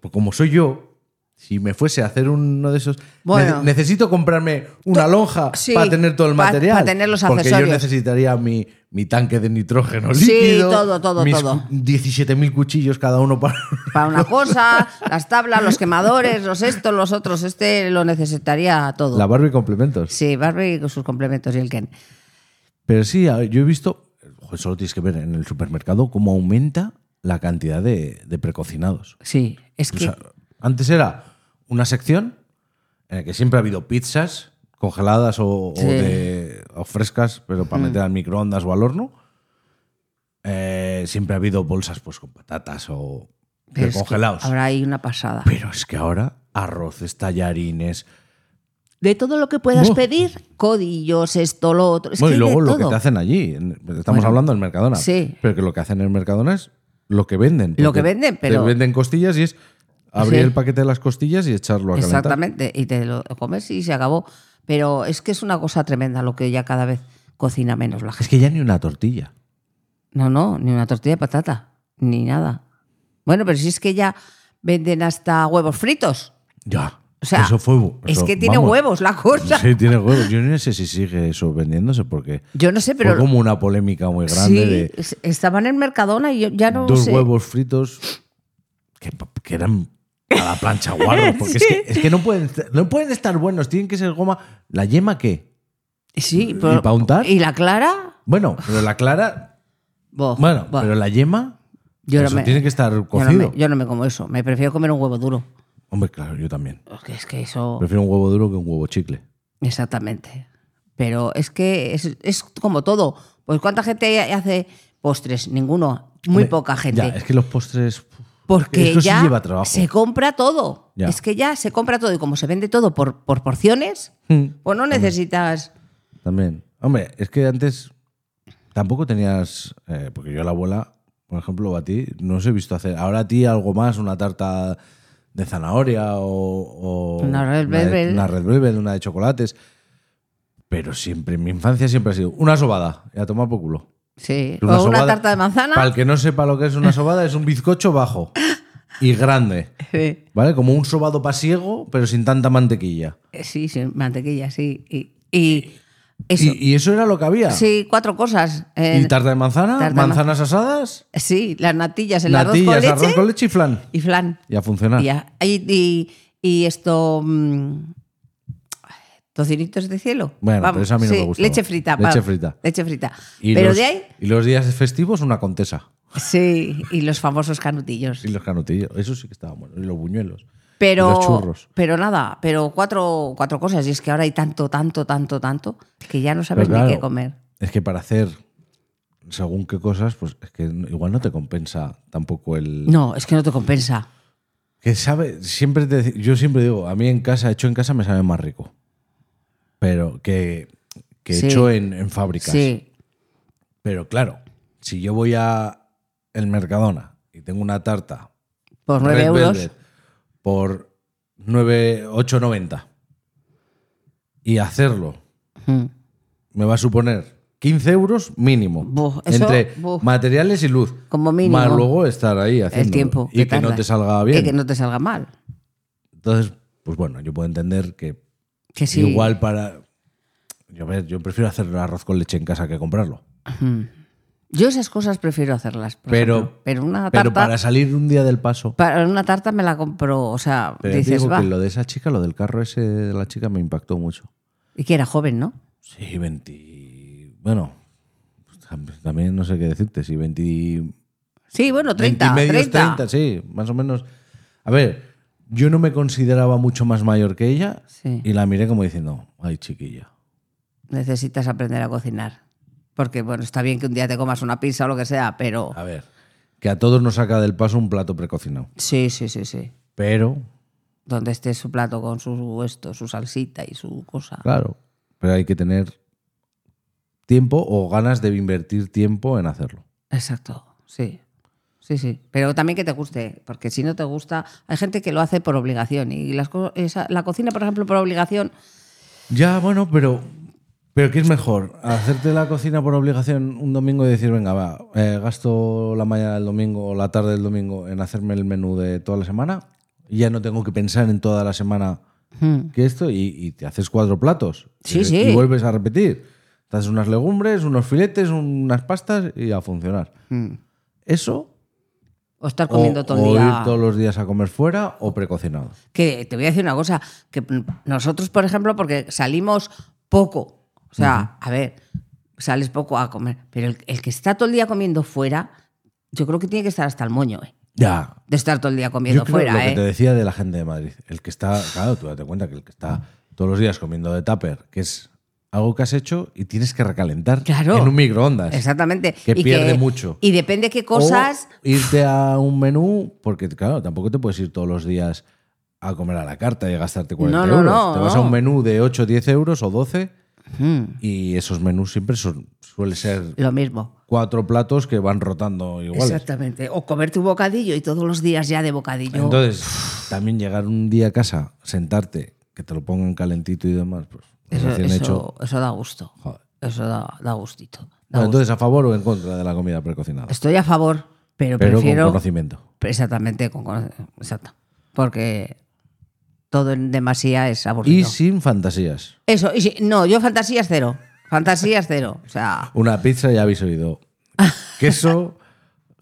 Speaker 2: pues como soy yo, si me fuese a hacer uno de esos.
Speaker 1: Bueno.
Speaker 2: nece- necesito comprarme una lonja
Speaker 1: sí,
Speaker 2: para tener todo el
Speaker 1: pa-
Speaker 2: material.
Speaker 1: pa tener los
Speaker 2: Porque
Speaker 1: accesorios.
Speaker 2: yo necesitaría mi, mi tanque de nitrógeno
Speaker 1: Sí,
Speaker 2: líquido.
Speaker 1: todo, todo,
Speaker 2: mis
Speaker 1: todo.
Speaker 2: cu- 17.000 cuchillos cada uno para.
Speaker 1: Para una cosa, las tablas, los quemadores, los estos, los otros, este lo necesitaría todo.
Speaker 2: La Barbie complementos.
Speaker 1: Sí, Barbie con sus complementos y el Ken.
Speaker 2: Pero sí, a- yo he visto. joder, solo tienes que ver en el supermercado cómo aumenta la cantidad de- de precocinados.
Speaker 1: Sí, es que.
Speaker 2: O sea, antes era una sección en la que siempre ha habido pizzas congeladas o, o
Speaker 1: Sí.
Speaker 2: de- o frescas, pero para meter al microondas o al horno. Eh, siempre ha habido bolsas pues, con patatas o
Speaker 1: pero es que
Speaker 2: congelados.
Speaker 1: Ahora hay una pasada.
Speaker 2: Pero es que ahora arroces, tallarines.
Speaker 1: De todo lo que puedas
Speaker 2: Buah.
Speaker 1: pedir, codillos, esto, lo otro. Es
Speaker 2: Bueno,
Speaker 1: que
Speaker 2: y luego
Speaker 1: de
Speaker 2: lo
Speaker 1: todo.
Speaker 2: que te hacen allí. En- Estamos
Speaker 1: Bueno,
Speaker 2: hablando del Mercadona.
Speaker 1: sí.
Speaker 2: Pero que lo que hacen en el Mercadona es lo que venden.
Speaker 1: Lo
Speaker 2: porque
Speaker 1: que venden, pero-
Speaker 2: Te venden costillas y es abrir
Speaker 1: Sí.
Speaker 2: el paquete de las costillas y echarlo a calentar.
Speaker 1: Exactamente, y te lo comes y se acabó. Pero es que es una cosa tremenda lo que ya cada vez cocina menos la
Speaker 2: Es
Speaker 1: gente.
Speaker 2: que ya ni una tortilla.
Speaker 1: No, no, ni una tortilla de patata, ni nada. Bueno, pero si es que ya venden hasta huevos fritos.
Speaker 2: Ya.
Speaker 1: O sea,
Speaker 2: eso fue,
Speaker 1: es
Speaker 2: Pues eso,
Speaker 1: que tiene
Speaker 2: vamos.
Speaker 1: huevos la cosa.
Speaker 2: Sí, tiene huevos. Yo no sé si sigue eso vendiéndose porque
Speaker 1: Yo no sé, pero
Speaker 2: fue como una polémica muy grande
Speaker 1: sí,
Speaker 2: de
Speaker 1: es- estaban en Mercadona y yo ya no
Speaker 2: dos
Speaker 1: sé.
Speaker 2: huevos fritos que, pa- que eran a la plancha
Speaker 1: [laughs]
Speaker 2: guarros. Porque es,
Speaker 1: Sí.
Speaker 2: que, es que no pueden no pueden estar buenos, tienen que ser goma. ¿La yema qué?
Speaker 1: Sí, pero-
Speaker 2: pa' untar?
Speaker 1: ¿Y la clara?
Speaker 2: Bueno, pero la
Speaker 1: [laughs]
Speaker 2: clara.
Speaker 1: Bo,
Speaker 2: Bueno,
Speaker 1: bo.
Speaker 2: pero la yema.
Speaker 1: Yo no
Speaker 2: eso
Speaker 1: me-
Speaker 2: tiene que estar
Speaker 1: yo, no
Speaker 2: cocido.
Speaker 1: me, yo no me como eso. Me prefiero comer un huevo duro.
Speaker 2: Hombre, claro, yo también.
Speaker 1: Porque es que eso.
Speaker 2: Prefiero un huevo duro que un huevo chicle.
Speaker 1: Exactamente. Pero es que es, es como todo. Pues ¿cuánta gente hace postres? Ninguno. Muy
Speaker 2: Hombre,
Speaker 1: poca gente.
Speaker 2: Ya, es que los postres. uf,
Speaker 1: porque
Speaker 2: esto sí
Speaker 1: ya
Speaker 2: lleva trabajo.
Speaker 1: se compra todo.
Speaker 2: Ya.
Speaker 1: Es que ya se compra todo. Y como se vende todo por, por porciones,
Speaker 2: Mm.
Speaker 1: pues no necesitas.
Speaker 2: También. Hombre, es que antes tampoco tenías. eh, porque yo a la abuela, por ejemplo, o a ti, no os he visto hacer. Ahora a ti algo más, una tarta de zanahoria o. o
Speaker 1: Una red
Speaker 2: de-
Speaker 1: velvet.
Speaker 2: Una red velvet, una de chocolates. Pero siempre, en mi infancia siempre ha sido una sobada, y a tomar por culo.
Speaker 1: Sí.
Speaker 2: Una
Speaker 1: o una
Speaker 2: sobada-
Speaker 1: tarta de manzana.
Speaker 2: Para el que no sepa lo que es una sobada, es un bizcocho bajo y grande.
Speaker 1: Sí,
Speaker 2: ¿Vale? Como un sobado pasiego, pero sin tanta mantequilla.
Speaker 1: [laughs] sí, sí, mantequilla, sí. Y, y eso.
Speaker 2: Y, y eso era lo que había.
Speaker 1: sí, cuatro cosas. Eh,
Speaker 2: Y tarta de manzana,
Speaker 1: Tarta de man-
Speaker 2: manzanas asadas.
Speaker 1: sí, las natillas, el
Speaker 2: Natillas,
Speaker 1: arroz con leche
Speaker 2: y flan.
Speaker 1: y flan.
Speaker 2: Y a funcionar.
Speaker 1: Y, a- y- y- y esto. mm, tocinitos de cielo.
Speaker 2: Bueno, pero eso a mí no me gusta.
Speaker 1: Leche frita.
Speaker 2: Leche
Speaker 1: va,
Speaker 2: frita.
Speaker 1: Leche frita.
Speaker 2: Y
Speaker 1: pero
Speaker 2: los,
Speaker 1: de ahí.
Speaker 2: Y los días festivos, una contesa.
Speaker 1: Sí, y los famosos canutillos.
Speaker 2: Y los canutillos. Eso sí que estaba bueno. Y los buñuelos.
Speaker 1: pero,
Speaker 2: y los churros.
Speaker 1: Pero nada, pero cuatro, cuatro cosas. Y es que ahora hay tanto, tanto, tanto, tanto que ya no sabes
Speaker 2: Pero
Speaker 1: ni
Speaker 2: Pues claro,
Speaker 1: qué comer.
Speaker 2: Es que para hacer según qué cosas, pues es que igual no te compensa tampoco el.
Speaker 1: No, es que no te compensa.
Speaker 2: Que sabe, siempre te- yo siempre digo, a mí en casa, hecho en casa me sabe más rico. Pero que, que
Speaker 1: Sí.
Speaker 2: hecho en, en fábricas.
Speaker 1: Sí,
Speaker 2: Pero claro, si yo voy a el Mercadona y tengo una tarta
Speaker 1: por nueve
Speaker 2: Red
Speaker 1: euros.
Speaker 2: Velvet por 9, 8,90 y hacerlo
Speaker 1: Mm.
Speaker 2: me va a suponer 15 euros mínimo
Speaker 1: Buh, eso,
Speaker 2: entre
Speaker 1: buh.
Speaker 2: materiales y luz.
Speaker 1: Como mínimo.
Speaker 2: Más luego estar ahí haciendo
Speaker 1: El tiempo.
Speaker 2: y que no
Speaker 1: tardas.
Speaker 2: te salga
Speaker 1: Y
Speaker 2: bien.
Speaker 1: que no te salga mal.
Speaker 2: Entonces, pues bueno, yo puedo entender que
Speaker 1: Que sí.
Speaker 2: igual para yo, a ver, yo prefiero hacer arroz con leche en casa que comprarlo.
Speaker 1: Yo esas cosas prefiero hacerlas. por
Speaker 2: Pero-
Speaker 1: ejemplo. pero una tarta.
Speaker 2: Pero para salir un día del paso.
Speaker 1: Para una tarta me la compro, o sea,
Speaker 2: Pero ya te
Speaker 1: dices,
Speaker 2: digo
Speaker 1: va.
Speaker 2: que lo de esa chica, lo del carro ese de la chica me impactó mucho.
Speaker 1: Y que era joven, ¿no?
Speaker 2: Sí, 20. Bueno, pues tam- también no sé qué decirte. Si 20,
Speaker 1: Sí, bueno,
Speaker 2: 20 y
Speaker 1: 30,
Speaker 2: medio es
Speaker 1: 30.
Speaker 2: 30, sí, más o menos. A ver, yo no me consideraba mucho más mayor que ella
Speaker 1: Sí.
Speaker 2: y la miré como diciendo, ay, chiquilla.
Speaker 1: Necesitas aprender a cocinar. Porque, bueno, está bien que un día te comas una pizza o lo que sea, pero...
Speaker 2: A ver, que a todos nos saca del paso un plato precocinado.
Speaker 1: Sí, sí, sí, sí.
Speaker 2: Pero,
Speaker 1: Donde esté su plato con su esto, su salsita y su cosa.
Speaker 2: claro, pero hay que tener tiempo o ganas de invertir tiempo en hacerlo.
Speaker 1: Exacto, sí. Sí, sí. Pero también que te guste, porque si no te gusta, hay gente que lo hace por obligación. Y las co- esa- la cocina, por ejemplo, por obligación,
Speaker 2: Ya, bueno, pero, pero ¿qué es mejor? ¿Hacerte la cocina por obligación un domingo y decir, venga, va, eh, gasto la mañana del domingo o la tarde del domingo en hacerme el menú de toda la semana? Y ya no tengo que pensar en toda la semana que esto y, y te haces cuatro platos.
Speaker 1: Hmm. Sí,
Speaker 2: y,
Speaker 1: sí.
Speaker 2: Y vuelves a repetir. Te haces unas legumbres, unos filetes, unas pastas y a funcionar. Eso.
Speaker 1: o estar
Speaker 2: O,
Speaker 1: Hmm. comiendo todo el
Speaker 2: o
Speaker 1: día.
Speaker 2: ir todos los días a comer fuera o precocinado.
Speaker 1: Que te voy a decir una cosa, que nosotros, por ejemplo, porque salimos poco, o sea, a ver, sales poco a comer, pero el, el que está todo el día comiendo fuera, yo creo que tiene que estar hasta el moño, ¿eh?
Speaker 2: Ya,
Speaker 1: De estar todo el día
Speaker 2: Yo
Speaker 1: comiendo
Speaker 2: creo lo
Speaker 1: fuera,
Speaker 2: que te
Speaker 1: ¿eh?
Speaker 2: decía de la gente de Madrid. El que está, claro, tú date cuenta que el que está todos los días comiendo de tupper, que es algo que has hecho y tienes que recalentar
Speaker 1: Claro.
Speaker 2: en un microondas.
Speaker 1: Exactamente.
Speaker 2: Que pierde mucho.
Speaker 1: Y depende qué
Speaker 2: O
Speaker 1: cosas.
Speaker 2: irte a un menú, porque claro, tampoco te puedes ir todos los días a comer a la carta y a gastarte 40
Speaker 1: No, no,
Speaker 2: euros.
Speaker 1: no,
Speaker 2: te vas
Speaker 1: no.
Speaker 2: a un menú de 8, 10 euros o 12
Speaker 1: Mm,
Speaker 2: y esos menús siempre son, suele ser
Speaker 1: lo mismo.
Speaker 2: cuatro platos que van rotando iguales.
Speaker 1: Exactamente. O comer tu bocadillo y todos los días ya de bocadillo.
Speaker 2: Entonces, también llegar un día a casa, sentarte, que te lo pongan calentito y demás, pues
Speaker 1: eso,
Speaker 2: recién
Speaker 1: eso-
Speaker 2: hecho.
Speaker 1: eso da gusto.
Speaker 2: Joder.
Speaker 1: Eso da, da gustito. da
Speaker 2: Bueno,
Speaker 1: gusto.
Speaker 2: entonces, ¿a favor o en contra de la comida precocinada?
Speaker 1: Estoy a favor, pero,
Speaker 2: Pero
Speaker 1: prefiero.
Speaker 2: con conocimiento.
Speaker 1: Exactamente, con cono- exacto. Porque todo en demasía es aburrido.
Speaker 2: Y sin fantasías.
Speaker 1: Eso, y si- no, yo fantasías cero. Fantasías cero.
Speaker 2: [laughs]
Speaker 1: O sea,
Speaker 2: Una pizza ya habéis oído.
Speaker 1: [laughs]
Speaker 2: Queso,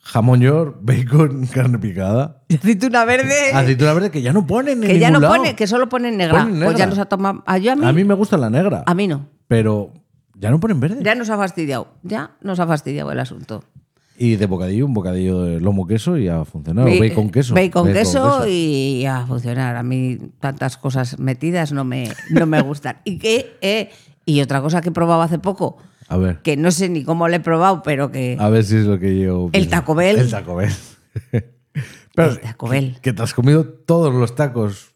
Speaker 2: jamón york, bacon, [laughs] carne picada.
Speaker 1: aceituna verde
Speaker 2: Aceituna verde que ya no ponen en
Speaker 1: Eh, que ya no
Speaker 2: ningún lado.
Speaker 1: pone, que solo ponen negra.
Speaker 2: Ponen
Speaker 1: Pues
Speaker 2: negra.
Speaker 1: ya nos ha tomado. ah, yo a mí,
Speaker 2: A mí me gusta la negra,
Speaker 1: a mí no.
Speaker 2: pero ya no ponen verde.
Speaker 1: Ya nos ha fastidiado. Ya nos ha fastidiado el asunto.
Speaker 2: Y de bocadillo, un bocadillo de lomo queso y a funcionar.
Speaker 1: Ba-
Speaker 2: o bacon queso.
Speaker 1: Bacon, queso, y a funcionar. A mí tantas cosas metidas no me, no me gustan. [laughs] y, que, eh, y otra cosa que he probado hace poco,
Speaker 2: A ver.
Speaker 1: que no sé ni cómo lo he probado, pero que...
Speaker 2: A ver si es lo que yo. pienso.
Speaker 1: Taco Bell.
Speaker 2: El Taco
Speaker 1: [laughs]
Speaker 2: Bell. Pero
Speaker 1: El Taco Bell.
Speaker 2: Que te has comido todos los tacos.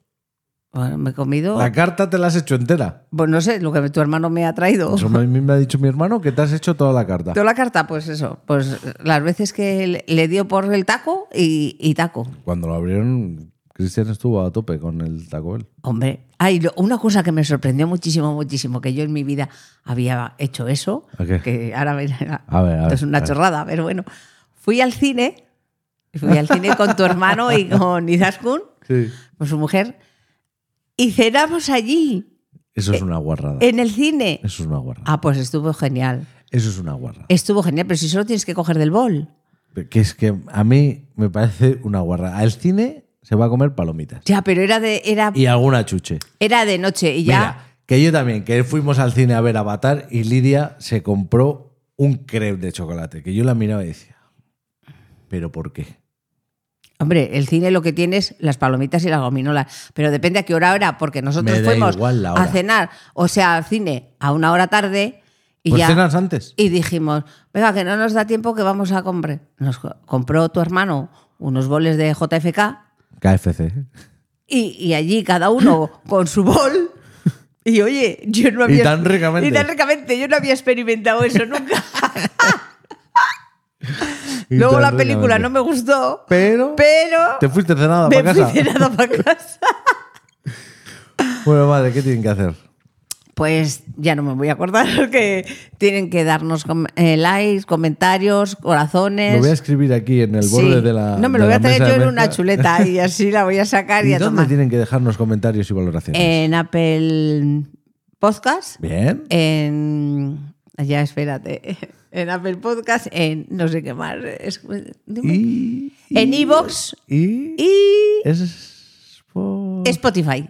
Speaker 1: Bueno, me he comido...
Speaker 2: La carta te la has hecho entera.
Speaker 1: Pues no sé, lo que tu hermano me ha traído. [laughs]
Speaker 2: Eso me, me ha dicho mi hermano que te has hecho toda la carta.
Speaker 1: Toda la carta, pues eso. Pues las veces que le- le dio por el taco y, y taco.
Speaker 2: Cuando lo abrieron, Cristian estuvo a tope con el Taco Bell.
Speaker 1: Hombre. Ay, lo- una cosa que me sorprendió muchísimo, muchísimo, que yo en mi vida había hecho eso,
Speaker 2: ¿A qué? Ah,
Speaker 1: que ahora me-
Speaker 2: A ver, a ver,
Speaker 1: es una
Speaker 2: a ver.
Speaker 1: chorrada, pero bueno. Fui al cine, fui al cine con tu hermano
Speaker 2: [laughs]
Speaker 1: y con Izaskun,
Speaker 2: Sí.
Speaker 1: con su mujer, y cenamos allí,
Speaker 2: Eso es una guarrada.
Speaker 1: en el cine.
Speaker 2: Eso es una guarrada.
Speaker 1: Eh, Ah, pues estuvo genial.
Speaker 2: Eso es una guarrada.
Speaker 1: Estuvo genial, pero si solo tienes que coger del bol.
Speaker 2: Que es que a mí me parece una guarrada. Al cine se va a comer palomitas.
Speaker 1: Ya, pero era de, era,
Speaker 2: Y alguna chuche.
Speaker 1: era de noche y ya.
Speaker 2: Mira, que yo también, que fuimos al cine a ver Avatar y Lidia se compró un crepe de chocolate, que yo la miraba y decía, ¿pero por qué?
Speaker 1: Hombre, el cine lo que tienes las palomitas y las gominolas. Pero depende a qué hora era, porque nosotros
Speaker 2: Me da
Speaker 1: fuimos
Speaker 2: igual la hora.
Speaker 1: a cenar, o sea, al cine a una hora tarde y
Speaker 2: Pues
Speaker 1: ya.
Speaker 2: cenas antes.
Speaker 1: Y dijimos, venga, que no nos da tiempo que vamos a comprar. Nos co- compró tu hermano unos boles de JFK
Speaker 2: KFC.
Speaker 1: y, y allí cada uno
Speaker 2: [laughs]
Speaker 1: con su bol. Y oye, yo no
Speaker 2: Y
Speaker 1: había.
Speaker 2: tan ricamente.
Speaker 1: y tan ricamente, yo no había experimentado
Speaker 2: [laughs]
Speaker 1: eso nunca. Luego la película no me gustó,
Speaker 2: Pero,
Speaker 1: pero.
Speaker 2: te fuiste cenada
Speaker 1: me
Speaker 2: para Ah, casa.
Speaker 1: fui
Speaker 2: [laughs]
Speaker 1: cenada para casa.
Speaker 2: Bueno, madre, ¿qué tienen que hacer?
Speaker 1: Pues ya no me voy a acordar [laughs] que tienen que darnos com- eh, likes, comentarios, corazones.
Speaker 2: Lo voy a escribir aquí en el borde
Speaker 1: Sí.
Speaker 2: de la.
Speaker 1: No, me
Speaker 2: de
Speaker 1: lo voy
Speaker 2: la
Speaker 1: a traer
Speaker 2: mesa
Speaker 1: yo
Speaker 2: de
Speaker 1: en
Speaker 2: mezcla.
Speaker 1: una
Speaker 2: [laughs]
Speaker 1: chuleta y así la voy a sacar y,
Speaker 2: ¿Y
Speaker 1: a
Speaker 2: dónde
Speaker 1: tomar.
Speaker 2: tienen que dejarnos comentarios y valoraciones?
Speaker 1: En Apple Podcast,
Speaker 2: Bien.
Speaker 1: en. Ya, espérate. [laughs] En Apple Podcast, en no sé qué más. es- dime.
Speaker 2: Y.
Speaker 1: en Evox
Speaker 2: Y.
Speaker 1: y
Speaker 2: Es. por-
Speaker 1: Spotify.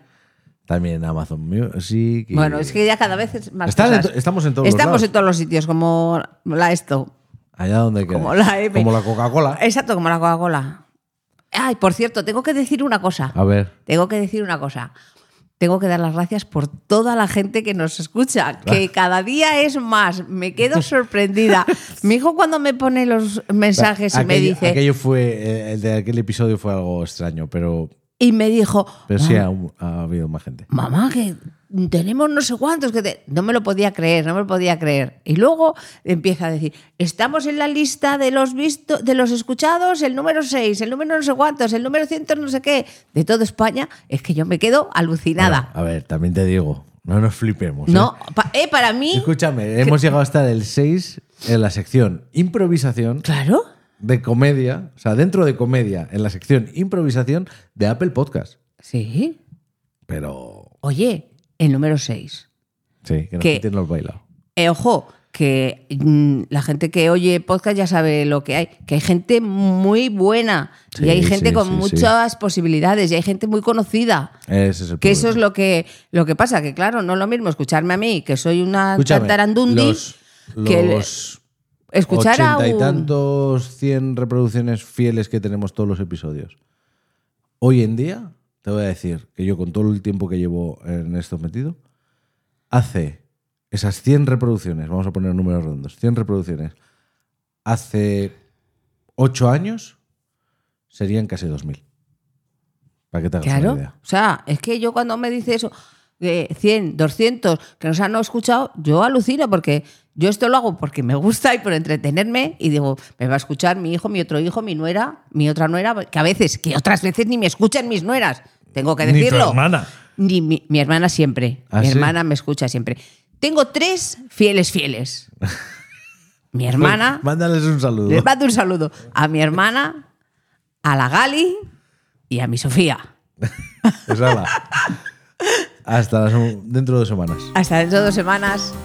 Speaker 2: También Amazon Music. y-
Speaker 1: Bueno, es que ya cada vez es más.
Speaker 2: Están en
Speaker 1: cosas.
Speaker 2: to- estamos en todos los
Speaker 1: Estamos
Speaker 2: lados.
Speaker 1: en todos los sitios, como la esto.
Speaker 2: Allá donde quieras.
Speaker 1: Como la M.
Speaker 2: Como la Coca-Cola.
Speaker 1: Exacto, como la Coca-Cola. Ay, por cierto, tengo que decir una cosa.
Speaker 2: A ver.
Speaker 1: Tengo que decir una cosa. Tengo que dar las gracias por toda la gente que nos escucha, que cada día es más.
Speaker 2: [laughs]
Speaker 1: Me quedo sorprendida. Mi hijo cuando me pone los mensajes y me
Speaker 2: Aquello-
Speaker 1: dice
Speaker 2: Aquello fue. eh, el de aquel episodio fue algo extraño, pero.
Speaker 1: y me dijo,
Speaker 2: Pero sí
Speaker 1: Ah.
Speaker 2: ha, ha habido más gente.
Speaker 1: mamá, que tenemos no sé cuántos que te-". no me lo podía creer, no me lo podía creer. Y luego empieza a decir, estamos en la lista de los visto, de los escuchados, el número 6, el número no sé cuántos, el número 100 no sé qué, de toda España, es que yo me quedo alucinada.
Speaker 2: Bueno, a ver, también te digo, no nos flipemos. ¿eh?
Speaker 1: No, pa- eh, para mí,
Speaker 2: Escúchame, hemos llegado hasta el 6 en la sección improvisación
Speaker 1: claro,
Speaker 2: de comedia, o sea, dentro de comedia, en la sección improvisación de Apple Podcast.
Speaker 1: sí.
Speaker 2: Pero
Speaker 1: Oye, el número 6.
Speaker 2: sí, que nos
Speaker 1: ¿Qué?
Speaker 2: quiten los bailados.
Speaker 1: Eh, ojo, que mm, la gente que oye podcast ya sabe lo que hay, que hay gente muy buena
Speaker 2: Sí,
Speaker 1: y hay gente
Speaker 2: sí,
Speaker 1: con
Speaker 2: sí, sí.
Speaker 1: muchas posibilidades y hay gente muy conocida.
Speaker 2: Ese es el
Speaker 1: Que
Speaker 2: problema.
Speaker 1: eso es lo que, lo que pasa, que claro, no es lo mismo escucharme a mí, que soy una
Speaker 2: Escúchame,
Speaker 1: tarandundi,
Speaker 2: los,
Speaker 1: que le-
Speaker 2: los
Speaker 1: escuchar a
Speaker 2: 80 y
Speaker 1: un-
Speaker 2: tantos 100 reproducciones fieles que tenemos todos los episodios. Hoy en día, te voy a decir que yo con todo el tiempo que llevo en esto metido, hace esas 100 reproducciones, vamos a poner números redondos, 100 reproducciones, hace 8 años serían casi 2.000. Para que te hagas
Speaker 1: Claro,
Speaker 2: una idea.
Speaker 1: o sea, es que yo cuando me dice eso de 100, 200 que nos han escuchado, yo alucino porque yo esto lo hago porque me gusta y por entretenerme y digo, me va a escuchar mi hijo, mi otro hijo, mi nuera, mi otra nuera, que a veces, que otras veces ni me escuchan mis nueras, tengo que
Speaker 2: Ni tu
Speaker 1: decirlo.
Speaker 2: hermana.
Speaker 1: Ni mi, mi hermana siempre,
Speaker 2: ¿Ah,
Speaker 1: mi
Speaker 2: sí?
Speaker 1: hermana me escucha siempre. Tengo tres fieles
Speaker 2: [laughs]
Speaker 1: fieles. mi hermana,
Speaker 2: Pues Mándales un saludo.
Speaker 1: les mando un saludo a mi hermana, a la Gali y a mi Sofía. [laughs]
Speaker 2: Pues hala. Hasta las- dentro de dos semanas.
Speaker 1: Hasta dentro de dos semanas.